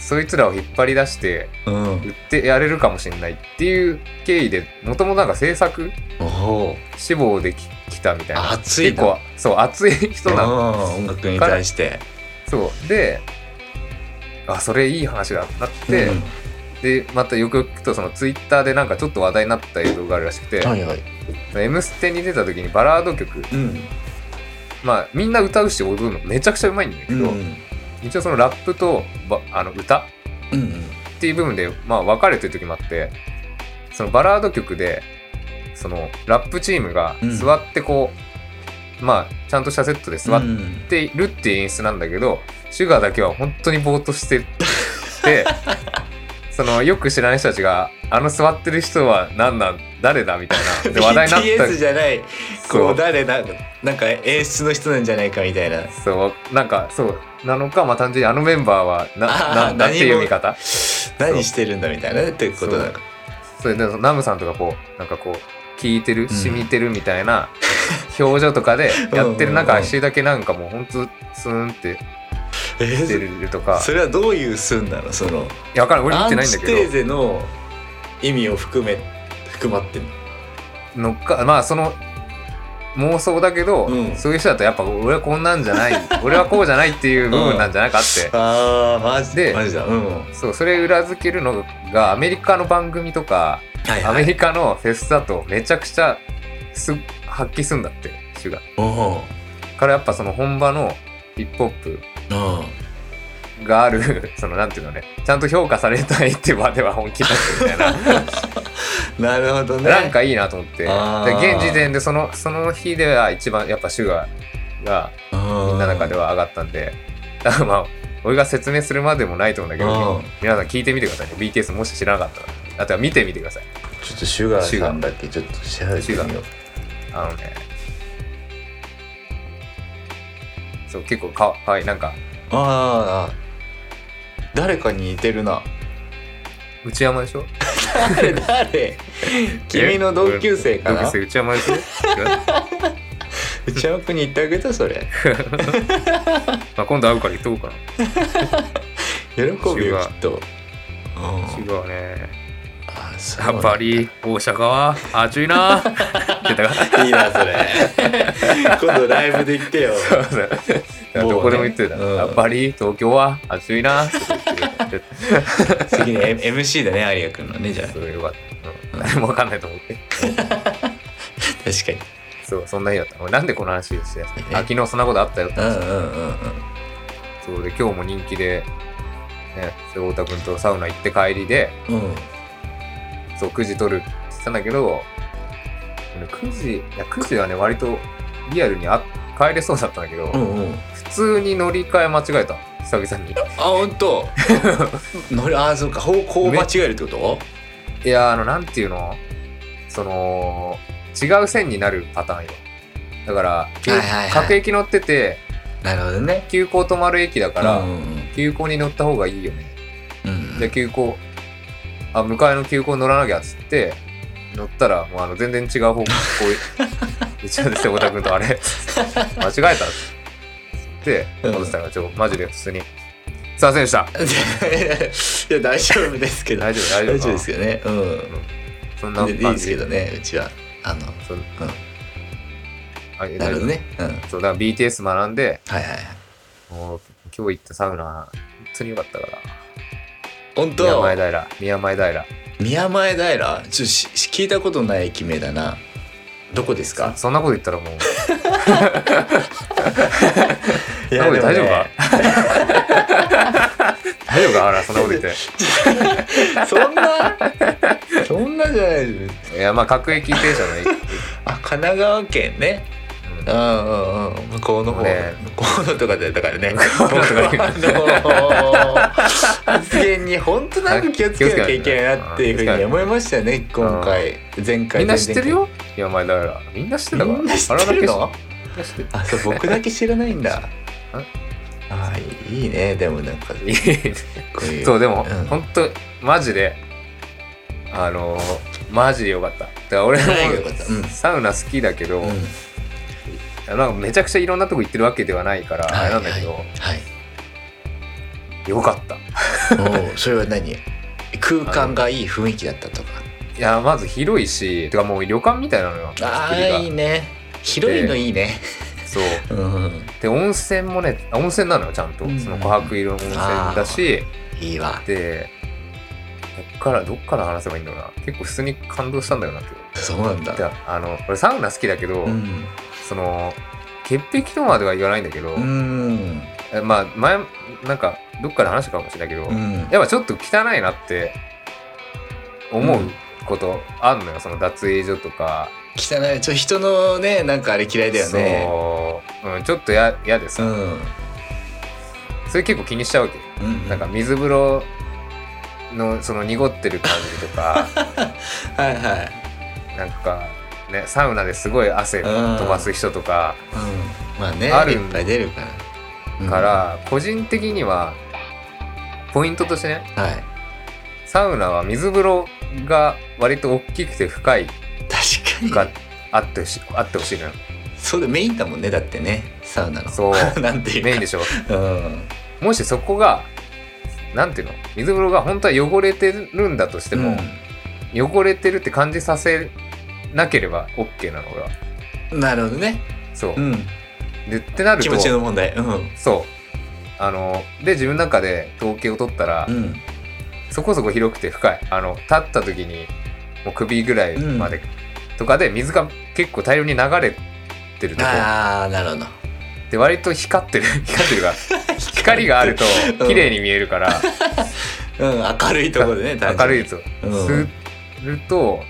Speaker 1: そいつらを引っ張り出して
Speaker 2: うん
Speaker 1: 売ってやれるかもしれないっていう経緯でもともとなんか制作
Speaker 2: おお
Speaker 1: 志望でき来たみたいな
Speaker 2: 熱いな
Speaker 1: 結構そう熱い人なの
Speaker 2: うん音楽に対して
Speaker 1: そうであそれいい話だってなって、
Speaker 2: うん
Speaker 1: でまたよくよく聞くとそのツイッターでなんかちょっと話題になった映像があるらしくて「
Speaker 2: はいはい
Speaker 1: ムステ」に出た時にバラード曲
Speaker 2: うん
Speaker 1: まあみんな歌うし踊るのめちゃくちゃうまいんだけ
Speaker 2: う
Speaker 1: ど、
Speaker 2: ん
Speaker 1: 一応そのラップとばあの歌
Speaker 2: うん
Speaker 1: っていう部分で、まあ、分かれてる時もあってそのバラード曲でそのラップチームが
Speaker 2: うん
Speaker 1: 座ってこう、まあちゃんとしたセットで座
Speaker 2: う
Speaker 1: っ
Speaker 2: ん
Speaker 1: ているっていう演出なんだけど、シュガーだけは本当にぼーっとして てそのよく知らない人たちが「あの座ってる人は何なん誰だ?」みたいなで話題になっ
Speaker 2: BTS じゃない
Speaker 1: たそ
Speaker 2: こう
Speaker 1: う
Speaker 2: 誰なんかなんか演出の人なんじゃないかみたいな
Speaker 1: そうなんかそうなのかまあ単純にあのメンバーはな
Speaker 2: あ
Speaker 1: な
Speaker 2: ー
Speaker 1: なんて
Speaker 2: 何
Speaker 1: いう
Speaker 2: も
Speaker 1: 見方
Speaker 2: 何してるんだみたいなってことなのか
Speaker 1: それでナムさんとかこうなんかこう聞いてる
Speaker 2: ん
Speaker 1: 染みてるみたいな表情とか でやってる
Speaker 2: うんうん
Speaker 1: 中
Speaker 2: うん
Speaker 1: 足だけなんかもうほんとスーンって
Speaker 2: え
Speaker 1: して
Speaker 2: ー
Speaker 1: るとか
Speaker 2: それはどういう寸なのそ
Speaker 1: い
Speaker 2: の
Speaker 1: や分からん俺見
Speaker 2: ア
Speaker 1: て
Speaker 2: ン
Speaker 1: ないんだ
Speaker 2: チテー
Speaker 1: け
Speaker 2: ゼの意味を含め含まってんの
Speaker 1: どのっかまあその妄想だけど、
Speaker 2: うん
Speaker 1: そういう人だとやっぱ俺はこんなんじゃ ない俺はこうじゃないっていう部分なんじゃないかって、
Speaker 2: あーマジ
Speaker 1: で
Speaker 2: マジだうんは
Speaker 1: そうそれ裏付けるのがアメリカの番組とか
Speaker 2: い
Speaker 1: ア
Speaker 2: は
Speaker 1: メ
Speaker 2: い
Speaker 1: リカのフェスだとめちゃくちゃす発揮すんだって主が。
Speaker 2: おお
Speaker 1: からやっぱその本場のヒップホップ
Speaker 2: うん
Speaker 1: がある そのなんていうのねちゃんと評価されたいって場では本気だったみたい な、
Speaker 2: なるほどね
Speaker 1: なんかいいなと思ってで
Speaker 2: あー
Speaker 1: 現時点でそのその日では一番やっぱシュガーがみ
Speaker 2: み
Speaker 1: んなの中で
Speaker 2: は
Speaker 1: は上がったんで だからまあ俺が説明するまでもないと思うんだけ
Speaker 2: う
Speaker 1: ど
Speaker 2: ん
Speaker 1: 皆さん聞いてみてくださいね BTS もし知らなかったらあとは見てみてください
Speaker 2: ちょっとシュガーさんだけちょっと調べてみよう
Speaker 1: あのねそう結構かわいいなんか
Speaker 2: あーあー誰かに似てるな
Speaker 1: 内山でしょ
Speaker 2: 誰誰君の同級生か
Speaker 1: 同級
Speaker 2: な
Speaker 1: 生内山で しょ
Speaker 2: 内山君に言ってあげたそれ
Speaker 1: まあ今度会うから言っとこうかな
Speaker 2: 喜ぶよ
Speaker 1: 違う
Speaker 2: きっと
Speaker 1: シュガーね
Speaker 2: あーそう
Speaker 1: やっぱり大阪は暑いなーって言ったから
Speaker 2: いいなそれ 今度ライブで行ってよ
Speaker 1: そうそう どこでも言ってた、
Speaker 2: もうねうん
Speaker 1: やっぱり東京は暑いなーって言って
Speaker 2: 次に M- MC だね有賀君のねじゃあ
Speaker 1: それよかった、うん、何も分かんないと思って
Speaker 2: 確かに
Speaker 1: そうそんな日だった俺なんでこの話をしてたんです
Speaker 2: え
Speaker 1: かあ昨日そんなことあったよ
Speaker 2: うんうんうんうん
Speaker 1: そうで今日も人気でねそう太田君とサウナ行って帰りで
Speaker 2: うん
Speaker 1: そう9時取るって言ってたんだけど俺9時いや9時はね割とリアルにあ帰れそうだったんだけど、
Speaker 2: うんうん
Speaker 1: 普通に乗り換え間違えた久々に
Speaker 2: あ本 当乗りあそうか方向を間違えるってこと
Speaker 1: いやーあのなんていうのその違う線になるパターンよだから、急
Speaker 2: はいはいはい
Speaker 1: 各駅乗ってて
Speaker 2: なるほどね
Speaker 1: 急行止まる駅だ
Speaker 2: か
Speaker 1: からら、
Speaker 2: うん
Speaker 1: 急行に乗った方がいいよね
Speaker 2: うん
Speaker 1: じゃあ急行あ向かいの急行乗らなきゃっつって乗ったらもうあの全然違う方向こ う一応ですよ太田君とあれ間違えたっつって
Speaker 2: うん
Speaker 1: 戻したからちょマジで普通に「すいませんでした
Speaker 2: いや大丈夫ですけど
Speaker 1: 大丈夫大丈夫
Speaker 2: 大丈夫ですけどねうん
Speaker 1: そんな
Speaker 2: で
Speaker 1: 感
Speaker 2: い
Speaker 1: じ
Speaker 2: いですけどねうちはあの
Speaker 1: そう
Speaker 2: うん
Speaker 1: あえ
Speaker 2: なるほどね。うん。はい
Speaker 1: そうだから BTS 学んで
Speaker 2: はいはい。
Speaker 1: もう今日行ったサウナ本当に良かったから
Speaker 2: 本
Speaker 1: 宮
Speaker 2: 当
Speaker 1: 前平宮前平
Speaker 2: 宮前平ちょしし聞いたことない駅名だな。どこですか
Speaker 1: そそんなこと言ったらもう
Speaker 2: い
Speaker 1: やでもね大丈夫 か大丈夫かあらそんなこと言って
Speaker 2: そんなそんなじゃないです
Speaker 1: いやまあ各駅停車 の駅、
Speaker 2: あ神奈川県ね
Speaker 1: うん
Speaker 2: うんうんうん向こうの方、
Speaker 1: ね
Speaker 2: 向こうのとかだったからね
Speaker 1: 向こうのとか
Speaker 2: 僕はあの発言に本当なんか気をつけなきゃいけないなっていうふうに思いましたね今回前回
Speaker 1: みんな知ってるよ宮前平みんな知って
Speaker 2: 前
Speaker 1: たから
Speaker 2: 々回みんな知ってるの
Speaker 1: あれだけ知みんな
Speaker 2: あそう僕だけ知らないんだ
Speaker 1: あ
Speaker 2: あいいねでもなんか
Speaker 1: 知ってる
Speaker 2: こういう
Speaker 1: そうでも、
Speaker 2: うん
Speaker 1: ほんとマジであのーマジでよかっただから俺も
Speaker 2: 何が良かったうん
Speaker 1: サウナ好きだけど、
Speaker 2: うん
Speaker 1: なんかめちゃくちゃいろんなとこ行ってるわけではないから、あれなんだけど、
Speaker 2: はい
Speaker 1: よかった
Speaker 2: おうそれは何空間がいい雰囲気だったとか
Speaker 1: いやまず広いしてかもう旅館みたいなのよ作
Speaker 2: あ
Speaker 1: り
Speaker 2: あ
Speaker 1: が
Speaker 2: いいね広いのいいね、
Speaker 1: そう
Speaker 2: うん、
Speaker 1: で温泉もね温泉なのよちゃんと、
Speaker 2: うん
Speaker 1: その琥珀色の温泉だし
Speaker 2: いいわ
Speaker 1: でこっからどっから話せばいいんだろうな結構普通に感動したんだよな今
Speaker 2: そうなん
Speaker 1: 日で
Speaker 2: だ
Speaker 1: あの俺サウナ好きだけど、
Speaker 2: うん、
Speaker 1: その潔癖とまでは言わないんだけど、
Speaker 2: うん
Speaker 1: えまあ前なんかどっかで話したかもしれないけど、
Speaker 2: うん、
Speaker 1: やっぱちょっと汚いなって思ううんことあんのよその脱衣所とか
Speaker 2: 汚いちょ人のねなんかあれ嫌いだよね
Speaker 1: そう、うん、ちょっとや嫌で
Speaker 2: う
Speaker 1: さ、
Speaker 2: ん
Speaker 1: それ結構気にしちゃうわけ
Speaker 2: うん
Speaker 1: なんか水風呂のその濁ってる感じと か
Speaker 2: はいはい
Speaker 1: なんかねサウナですごい汗飛ばす人とか
Speaker 2: うんまあね
Speaker 1: ある
Speaker 2: いっぱい出るから、うん
Speaker 1: から個人的にはポイントとしてね
Speaker 2: はい
Speaker 1: サウナは水風呂が割と大きくて深い
Speaker 2: 確か
Speaker 1: が
Speaker 2: に
Speaker 1: あってほしいあってほしいのよ
Speaker 2: そうだメインだもんねだってねサウナの
Speaker 1: そう
Speaker 2: なんていうか
Speaker 1: メインでしょ
Speaker 2: うん
Speaker 1: もしそこがなんていうの水風呂が本当は汚れてるんだとしても、汚れてるって感じさせなければ OK なの俺は
Speaker 2: うんなるほどね、
Speaker 1: そう、
Speaker 2: うん、
Speaker 1: でってなる
Speaker 2: 気
Speaker 1: と
Speaker 2: 持ちの問題うん
Speaker 1: そうあので自分の中で統計を取ったら、
Speaker 2: うん
Speaker 1: そこそこ広くて深いあの立った時にもう首ぐらいまで、とかで水が結構大量に流れてるとこ
Speaker 2: ああなるほど
Speaker 1: で割と光ってる 光ってる が光があると
Speaker 2: うん
Speaker 1: 綺麗に見えるから、
Speaker 2: うん、明るいところでね、
Speaker 1: 明るいやつを
Speaker 2: うん
Speaker 1: すると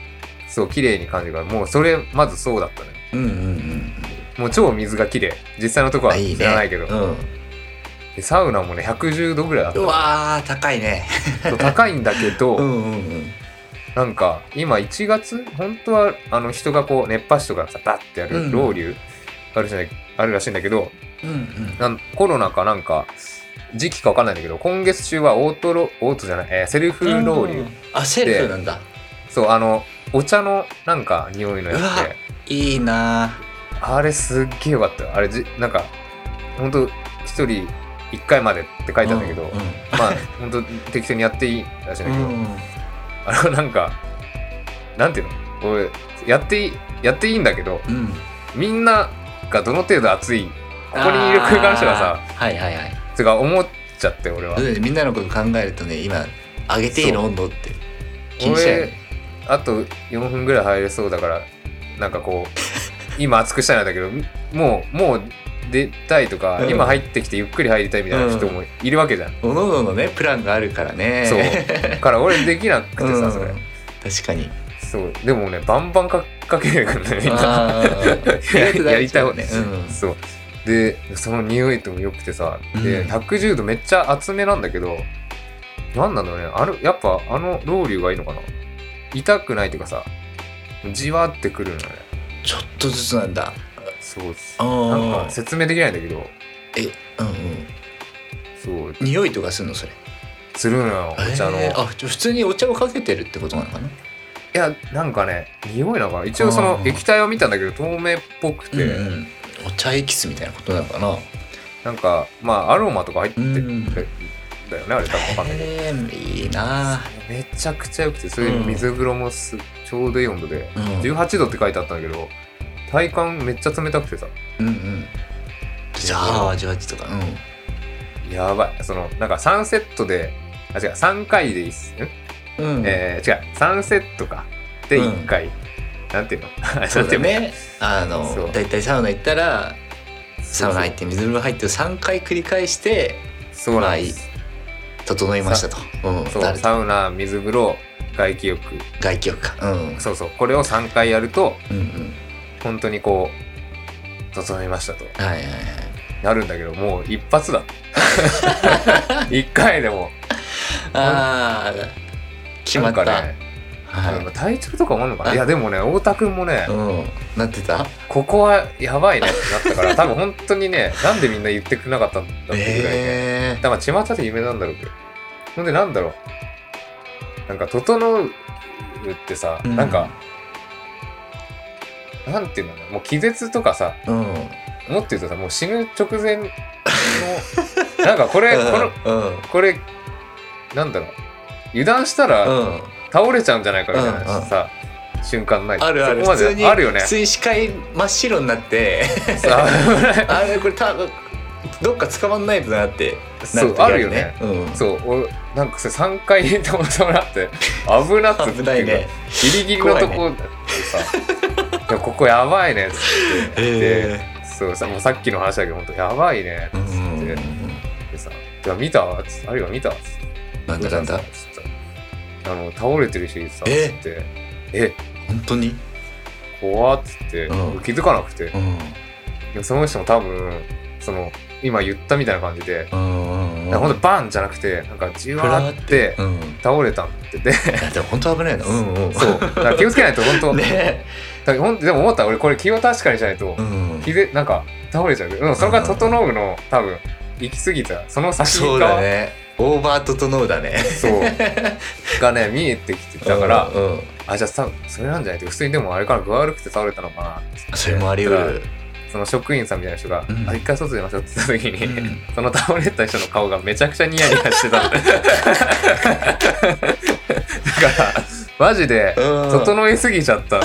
Speaker 1: そう綺麗に感じるからもうそれまずそうだったね
Speaker 2: うんうんうん。
Speaker 1: もう超水が綺麗実際のとこは知らないけど
Speaker 2: うん。
Speaker 1: でサウナもね110度ぐらいあっ
Speaker 2: うわー、高いね。
Speaker 1: たそう高いんだけど、
Speaker 2: うんうんうん。
Speaker 1: なんか今1月本当はあの人がこう熱波師とかさバッてや
Speaker 2: う
Speaker 1: る
Speaker 2: ん
Speaker 1: ロウリュあるじゃないあるらしいんだけど
Speaker 2: うんうん。
Speaker 1: なんコロナかなんか時期かわかんないんだけど今月中はオートロオートじゃない、えーセルフロウリュ
Speaker 2: あ、セルフなんだ。
Speaker 1: そうあのお茶のなんか匂いのやつ
Speaker 2: うわ
Speaker 1: で
Speaker 2: いいな
Speaker 1: あれすっげえよかったよあれじなんか本当一人1回までって書
Speaker 2: ー。
Speaker 1: いてあるんだけど、
Speaker 2: うん
Speaker 1: まあ本当適当にやっていいらしいんだけど、
Speaker 2: うん
Speaker 1: あれはなんかなんていうの俺やっていいやっていいんだけど
Speaker 2: うん。
Speaker 1: みんながどの程度熱いここにいる空間者がさ
Speaker 2: あーはいはいはい。
Speaker 1: つうか思っちゃって俺は
Speaker 2: そうだよねみんなのこと考えるとね、今、上げている温度って気にしちゃうよ
Speaker 1: 俺
Speaker 2: ね。
Speaker 1: あと4分ぐらい入れそうだからなんかこ う今熱くしたいんだけどもうもう出たいとか、
Speaker 2: うん
Speaker 1: 今入ってきてゆっくり入りたいみたいな人もいるわけじゃん、
Speaker 2: おのののね、プランがあるからね。
Speaker 1: そうだから俺できなくてさ、
Speaker 2: うん
Speaker 1: それ
Speaker 2: 確かに。
Speaker 1: そうでもねバンバンかかけるからねみんな
Speaker 2: あー
Speaker 1: やりやりたい方
Speaker 2: ね
Speaker 1: ね、。
Speaker 2: うん
Speaker 1: そうでその匂いとも良くてさで、
Speaker 2: うん
Speaker 1: 110度めっちゃ厚めなんだけどなんなんだろうねあれやっぱあのロウリュがいいのかな痛くないというかさじわってくるのね
Speaker 2: ちょっとずつなんだ。
Speaker 1: そうです
Speaker 2: あー
Speaker 1: なんか説明できないんだけど
Speaker 2: え、うんうん。
Speaker 1: そう
Speaker 2: 匂いとかするのそれ
Speaker 1: するのよお茶の、
Speaker 2: えーあじゃあ普通にお茶をかけてるってことなのかない
Speaker 1: やなんかね匂いなのかな一応その
Speaker 2: あー
Speaker 1: 液体を見たんだけど透明っぽくて、
Speaker 2: うんうんお茶エキスみたいなことなのかな
Speaker 1: なんかまあアロマとか入ってる
Speaker 2: うん
Speaker 1: んだよねあれ多分わかんないけど
Speaker 2: へーいいな
Speaker 1: めちゃくちゃ良くてそれ
Speaker 2: うん
Speaker 1: 水風呂もす、ちょうどいい温度で、
Speaker 2: うん
Speaker 1: 18度って書いてあったんだけど体感めっちゃ冷たくてさ
Speaker 2: うんうんじゃあ18とかうん
Speaker 1: やばいそのなんか3セットであ違う3回でいいっすん
Speaker 2: うん、
Speaker 1: えー違う3セットかで1回、なんていうのなんてい
Speaker 2: そう
Speaker 1: う
Speaker 2: だ
Speaker 1: の
Speaker 2: ねあ
Speaker 1: そう
Speaker 2: のだいたいサウナ行ったらサウナ入って水風呂入って3回繰り返して
Speaker 1: そうなんです、
Speaker 2: 整いましたと、うん、
Speaker 1: そ
Speaker 2: な
Speaker 1: う
Speaker 2: る
Speaker 1: サウナ水風呂外気浴
Speaker 2: 外気浴かうん
Speaker 1: そうそうこれを3回やると
Speaker 2: うんうん
Speaker 1: 本当にこう整いましたと
Speaker 2: はいはいはい
Speaker 1: なるんだけどもう一発 だ 一回でも
Speaker 2: ああ決まった、
Speaker 1: なんかね、
Speaker 2: はい、
Speaker 1: 体調とかもあるのかな
Speaker 2: あ
Speaker 1: いやでもね太田君もね、
Speaker 2: うんなってた
Speaker 1: ここはやばいねってなったから多分本当にねなんでみんな言ってくれなかったんだってぐらいね、
Speaker 2: え
Speaker 1: だから巷で夢なんだろうけどほんでなんだろうなんか「整う」ってさ、
Speaker 2: うん
Speaker 1: なんかなんていうのかなもう気絶とかさ
Speaker 2: ー、うん
Speaker 1: もっと言うとさもう死ぬ直 前のなんかこれこの
Speaker 2: うんうん
Speaker 1: これなんだろう油断したら
Speaker 2: うん
Speaker 1: 倒れちゃうんじゃないかみたいな
Speaker 2: うんうん
Speaker 1: さ、瞬間ない
Speaker 2: あるある
Speaker 1: そこま
Speaker 2: 普
Speaker 1: で
Speaker 2: 通に
Speaker 1: あるよね
Speaker 2: 普通に視界真っ白になって
Speaker 1: さ
Speaker 2: あれこれ多分どっか捕まんないとなってな
Speaker 1: そう
Speaker 2: 時
Speaker 1: あるよね
Speaker 2: うん
Speaker 1: そう俺なんかそれ3回ともたまらって危なっつって
Speaker 2: 危ないね
Speaker 1: ギリギリのとこでさ「いやここやばいね」っつって で
Speaker 2: え
Speaker 1: そうさもうさっきの話だけど本当やばいね」っ
Speaker 2: ーうんうんうん
Speaker 1: つっ
Speaker 2: うん
Speaker 1: てでさ「じゃあ見た?」っつって「あるよ見た?」っつって
Speaker 2: なんだなんだ
Speaker 1: つってあの倒れてる人いてさ」っつって「え
Speaker 2: 本当に
Speaker 1: 怖っ」つって、
Speaker 2: うん
Speaker 1: 俺気づかなくて
Speaker 2: うん
Speaker 1: でもその人も多分その今言ったみたいな感じで、
Speaker 2: うんうんうん
Speaker 1: ほんとバンじゃなくてなんかじわーって
Speaker 2: うん
Speaker 1: 倒れたんだって で
Speaker 2: いやでも本当危ないなうんうん
Speaker 1: そう。だから気をつけないと、本当、
Speaker 2: ね
Speaker 1: だからほんとでも思った、俺、これ気を確かにしないと
Speaker 2: う、ん
Speaker 1: 気で、なんか、倒れちゃう。うん、それが整うの、多分、行き過ぎた、その先
Speaker 2: そうだ
Speaker 1: が、
Speaker 2: ねオーバートとノーだね
Speaker 1: そう、がね、見えてきてたから、
Speaker 2: うんうん
Speaker 1: あ、じゃあさ、それなんじゃないって、普通にでもあれから具合悪くて倒れたのかなって言って
Speaker 2: それもあり得る
Speaker 1: その職員さんみたいな人が、
Speaker 2: うん
Speaker 1: あ、一回外出ましょうって言った時に、
Speaker 2: うん
Speaker 1: その倒れた人の顔がめちゃくちゃニヤニヤして たんだだから、マジで、
Speaker 2: うん
Speaker 1: 整いすぎちゃったっ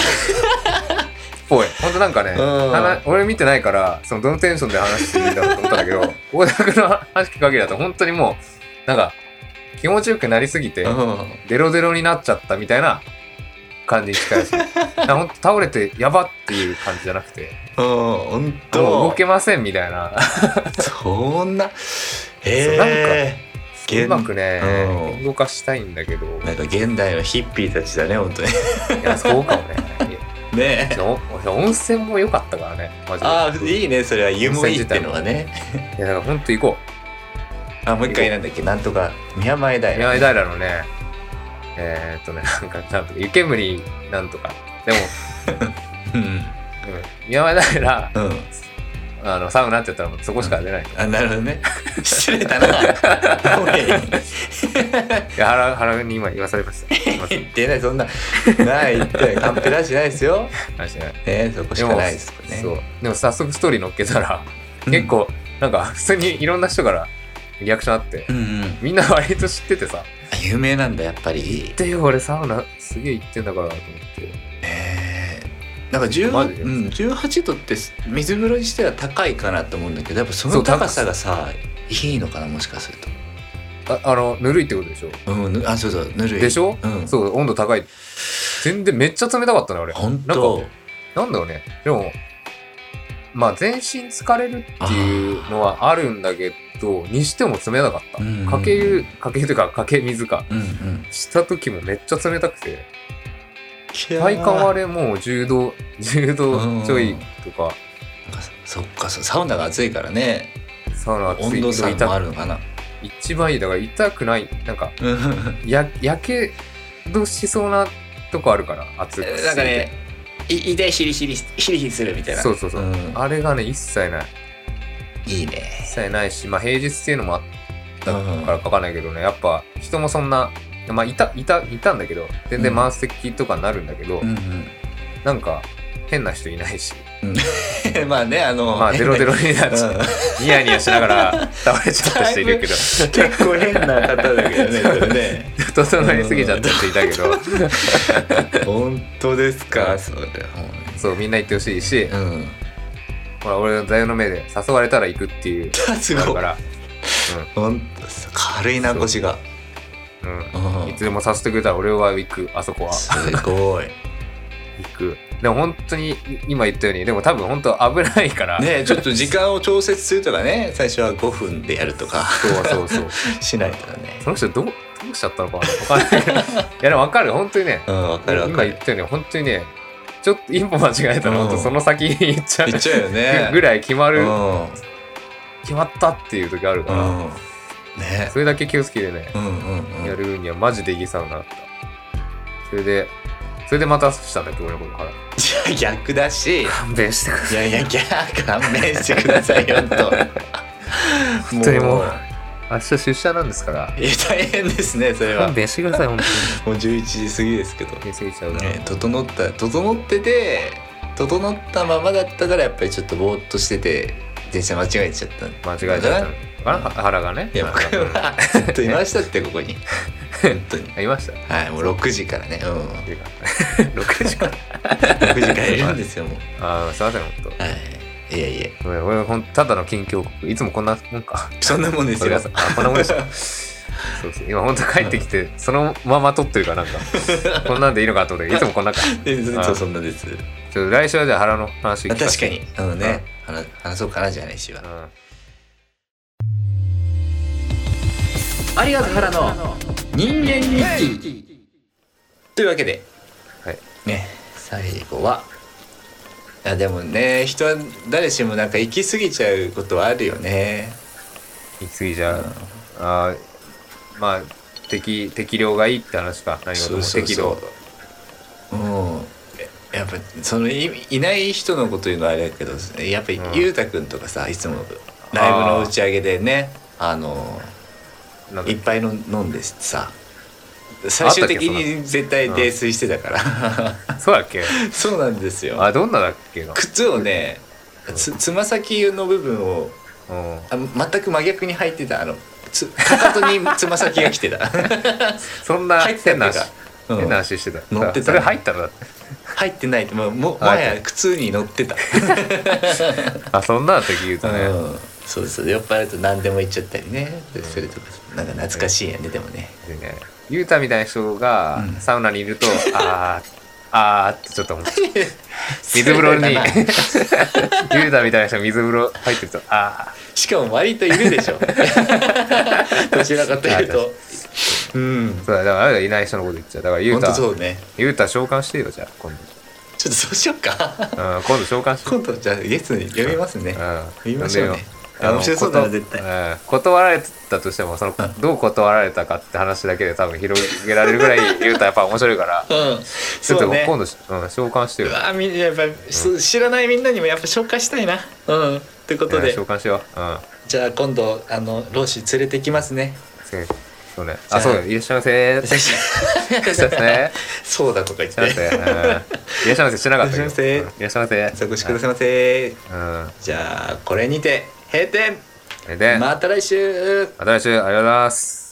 Speaker 1: ぽいほんとなんかね、
Speaker 2: うん
Speaker 1: 話俺見てないからそのどのテンションで話していいんだろうと思ったんだけ ど大田君の話聞く限りだと本当にもうなんか気持ちよくなりすぎて、
Speaker 2: うん
Speaker 1: デロデロになっちゃったみたいな感じに近い ですねなんかほんと倒れてやばっていう感じじゃなくて
Speaker 2: うん本当
Speaker 1: もう動けませんみたいな
Speaker 2: そんなええ
Speaker 1: うまくね、
Speaker 2: うん
Speaker 1: 動かしたいんだけど
Speaker 2: なんか現代のヒッピーたちだね本当に
Speaker 1: いやそうかもね
Speaker 2: ね
Speaker 1: いやお温泉も良かったからねマジで
Speaker 2: ああいいねそれは湯もいいってのはね
Speaker 1: いやだからほんと行こう
Speaker 2: あもう一回なんだっけなんとか宮前だよ
Speaker 1: 宮内平のね、えー、っとね、なんか、なんとか、湯煙なんとか。でも、
Speaker 2: うん
Speaker 1: うん、宮前平、
Speaker 2: うん
Speaker 1: あの、サウナって言ったらもうそこしか出ない。
Speaker 2: あなるほどね 失礼だなおい
Speaker 1: いや、原原に今言わされました。 すいません
Speaker 2: 言ってないそんなない言ってないカンペ出してないですよ
Speaker 1: 話しない
Speaker 2: ねそこしかないですよね
Speaker 1: そう。でも早速ストーリー乗っけたら、
Speaker 2: うん
Speaker 1: 結構、なんか、普通にいろんな人からリアクションあって、
Speaker 2: うんうん
Speaker 1: みんな割と知っててさ、
Speaker 2: 有名なんだやっぱり
Speaker 1: で、俺サウナすげえ行ってんだからと思って。
Speaker 2: えーなんか
Speaker 1: マジ
Speaker 2: 18
Speaker 1: で
Speaker 2: うん18度って水風呂にしては高いかなと思うんだけどやっぱそ
Speaker 1: そ
Speaker 2: の
Speaker 1: う高
Speaker 2: 高さがさいいのかなもしかする
Speaker 1: ああの、ぬるいってことでしょ
Speaker 2: とうんぬあそうそうぬるい
Speaker 1: でしょ、
Speaker 2: うん
Speaker 1: そう、温度高い。全然めっちゃ冷たかったね、俺。
Speaker 2: 本
Speaker 1: なんか
Speaker 2: 当
Speaker 1: なんだろうね。でも、まあ全身疲れるっていうのはあるんだけど、にしても冷たかった。
Speaker 2: うん
Speaker 1: かけ湯、かけ湯というか、かけ水か。
Speaker 2: うんうん
Speaker 1: した時もめっちゃ冷たくて、体感はあれもう10度、10度ちょいとか、
Speaker 2: なんかそそっかそうサウナが暑いからね
Speaker 1: サウナ暑
Speaker 2: 温
Speaker 1: い
Speaker 2: 度差もあ
Speaker 1: 痛
Speaker 2: るのかな
Speaker 1: 一番いい。だから痛くない、なんか、
Speaker 2: うん
Speaker 1: や、やけどしそうなとこあるから、暑く
Speaker 2: なんかねいいでヒリヒリヒリヒリするみたいな
Speaker 1: そうそうそう。
Speaker 2: ん
Speaker 1: あれがね、一切ない。
Speaker 2: いいね
Speaker 1: 一切ないし、まあ平日っていうのもあって、
Speaker 2: う
Speaker 1: か
Speaker 2: ん
Speaker 1: らかかんないけどねやっぱ人もそんなまあいたいたいたんだけど全然満席とかになるんだけど、
Speaker 2: うん
Speaker 1: なんか変な人いないし
Speaker 2: うん まあねあの
Speaker 1: まあゼロゼ ロになっちゃう
Speaker 2: う
Speaker 1: ニヤニヤしながら倒れちゃった人いるけど
Speaker 2: ん結構変な方だけどねそれね
Speaker 1: 整いすぎちゃったって言ったけど、
Speaker 2: 本当ですかそれは
Speaker 1: そう、みんな行ってほしいし、
Speaker 2: うん
Speaker 1: ほら、俺の座右の目で誘われたら行くっていう、
Speaker 2: す
Speaker 1: ある
Speaker 2: ご
Speaker 1: か
Speaker 2: い
Speaker 1: ら、
Speaker 2: 本当です軽いな腰が
Speaker 1: う
Speaker 2: うん
Speaker 1: ん。いつでも誘ってくれたら俺は行く、あそこは。
Speaker 2: すご い
Speaker 1: 行く。でも本当に今言ったように、でも多分本当危ないから、
Speaker 2: ねちょっと時間を調節するとかね最初は5分でやると か
Speaker 1: そうそうそう。
Speaker 2: しないとかね
Speaker 1: その人どう、どうしちゃったのかなわかんないけど。いや、でもわかる、本当にね。
Speaker 2: うんわかるわ
Speaker 1: 今
Speaker 2: か
Speaker 1: 言
Speaker 2: る
Speaker 1: ったように、本当にね、ちょっと一歩間違えたら、
Speaker 2: うん
Speaker 1: 本当その先に行っちゃう
Speaker 2: 言っちゃうよね
Speaker 1: ぐらい決ま
Speaker 2: う
Speaker 1: る、
Speaker 2: ん
Speaker 1: 決まったっていう時あるから、
Speaker 2: うんね
Speaker 1: それだけ気をつけてね、
Speaker 2: うんうんうん
Speaker 1: やるにはマジでいいサウナだった。それで、それでまたしたんだっけ、俺のことから。
Speaker 2: いや逆だし
Speaker 1: 勘弁してくだ
Speaker 2: い
Speaker 1: さい。
Speaker 2: やいやギャー勘弁してくださいよ と
Speaker 1: 本当にもう
Speaker 2: う
Speaker 1: 明日出社なんですから、
Speaker 2: いや大変ですねそれは
Speaker 1: 勘弁してください、本当に。
Speaker 2: もう11時過ぎですけど
Speaker 1: 言い過ぎちゃうな。
Speaker 2: ね、整った整ってて整ったままだったからやっぱりちょっとぼーっとしてて電車間違えちゃった
Speaker 1: 間違えちゃったのかな、腹がね。
Speaker 2: いや僕はずっといました ってここに本当に
Speaker 1: あいました。
Speaker 2: はいもう6時からね、うん、
Speaker 1: 6時間。
Speaker 2: 6時からいるんですよもう
Speaker 1: ああ、すいません、本当。
Speaker 2: はいいやいや
Speaker 1: ごめん俺ほんただの近況いつもこんなもんか。
Speaker 2: そんなもんです
Speaker 1: 俺
Speaker 2: よ
Speaker 1: がさあこんなもん でした。そうそう今本当帰ってきて、そのまま撮ってるからなんかこんなんでいいのかと思っていつもこんなかち
Speaker 2: 全然そうそんなです
Speaker 1: ょっと来週はじゃあ腹の話聞
Speaker 2: まあ
Speaker 1: か
Speaker 2: 確
Speaker 1: せ
Speaker 2: か
Speaker 1: て
Speaker 2: にあのね話話そうかなじゃないしは
Speaker 1: うん
Speaker 2: ありがとう原の人間日記というわけで、
Speaker 1: はい
Speaker 2: ね最後はいやでもね人は誰しもなんか行き過ぎちゃうことはあるよね
Speaker 1: 行き過ぎじゃ
Speaker 2: うん
Speaker 1: ん、あーまあ適適量がいいって話か何事も適量
Speaker 2: ううんやっぱそのいいない人のこと言うのはあれだけどやっぱり
Speaker 1: うん
Speaker 2: 裕太君とかさいつもライブの打ち上げでねあの
Speaker 1: なんか
Speaker 2: いっぱいの飲んでさ最終的に絶対泥酔してたから、
Speaker 1: そうだっけ
Speaker 2: そうなんですよ
Speaker 1: あどんなだっけな、
Speaker 2: 靴をねつつま先の部分を
Speaker 1: うん、
Speaker 2: あ全く真逆に履いてたあのつかかとにつま先が来て た
Speaker 1: そんな
Speaker 2: 入ってた
Speaker 1: 変 な
Speaker 2: っていう
Speaker 1: 話
Speaker 2: か、
Speaker 1: 変な
Speaker 2: うん
Speaker 1: 話してた
Speaker 2: 乗ってた
Speaker 1: それ入ったらだって
Speaker 2: 入ってないもうもも
Speaker 1: 入
Speaker 2: は
Speaker 1: って
Speaker 2: や靴に乗ってた、
Speaker 1: あそんな時言うとね、
Speaker 2: うんそうそう酔っ払うと何でも言っちゃったりねそれとかなんか懐かしいよねでも ね
Speaker 1: でね、ゆうたみたいな人が
Speaker 2: うん
Speaker 1: サウナにいる と、あーあーってちょっと思っちゃう水風呂に ゆうたみたいな人が水風呂入ってるとあ
Speaker 2: しかも割といるでしょ どちらかというと うん
Speaker 1: ーそうだだからあれだいない人のこと言っちゃうだからゆう
Speaker 2: 本当
Speaker 1: た
Speaker 2: そうね
Speaker 1: ゆうた召喚してよじゃあ今
Speaker 2: ちょっとそうしようか
Speaker 1: 度、うん、今度召喚してよ
Speaker 2: 今度じゃあゲストに読みますね、
Speaker 1: うん
Speaker 2: 言いましょう
Speaker 1: 呼ん
Speaker 2: ね
Speaker 1: でよ。
Speaker 2: あ面白そうだな絶対。
Speaker 1: 対、うん断られたとしてもその
Speaker 2: ん
Speaker 1: どう断られたかって話だけで多分広げられるぐらいゆうたやっぱ面白いから
Speaker 2: うん。
Speaker 1: ちょっ
Speaker 2: そ
Speaker 1: と
Speaker 2: うね。
Speaker 1: 今度し、うん、召喚して
Speaker 2: う
Speaker 1: よ
Speaker 2: わみやっぱそう知らないみんなにもやっぱ紹介したいな。うん。ってこと
Speaker 1: うん
Speaker 2: で
Speaker 1: 召喚しよううん
Speaker 2: じゃあ今度あの老子連れてきますね。
Speaker 1: そうそうね
Speaker 2: じゃあ
Speaker 1: あそうだいらっしゃいませーそう ですね
Speaker 2: そうだとか言っ
Speaker 1: いらっしゃいま
Speaker 2: て。
Speaker 1: せ。うんいらっしゃいませ。してなかったけど。
Speaker 2: い
Speaker 1: うんいらっしゃいませ。
Speaker 2: お越しくださいませ。
Speaker 1: はい。うん。
Speaker 2: じゃあこれにて閉店。
Speaker 1: それで、ま
Speaker 2: また来週。
Speaker 1: た来週、ありがとうございます。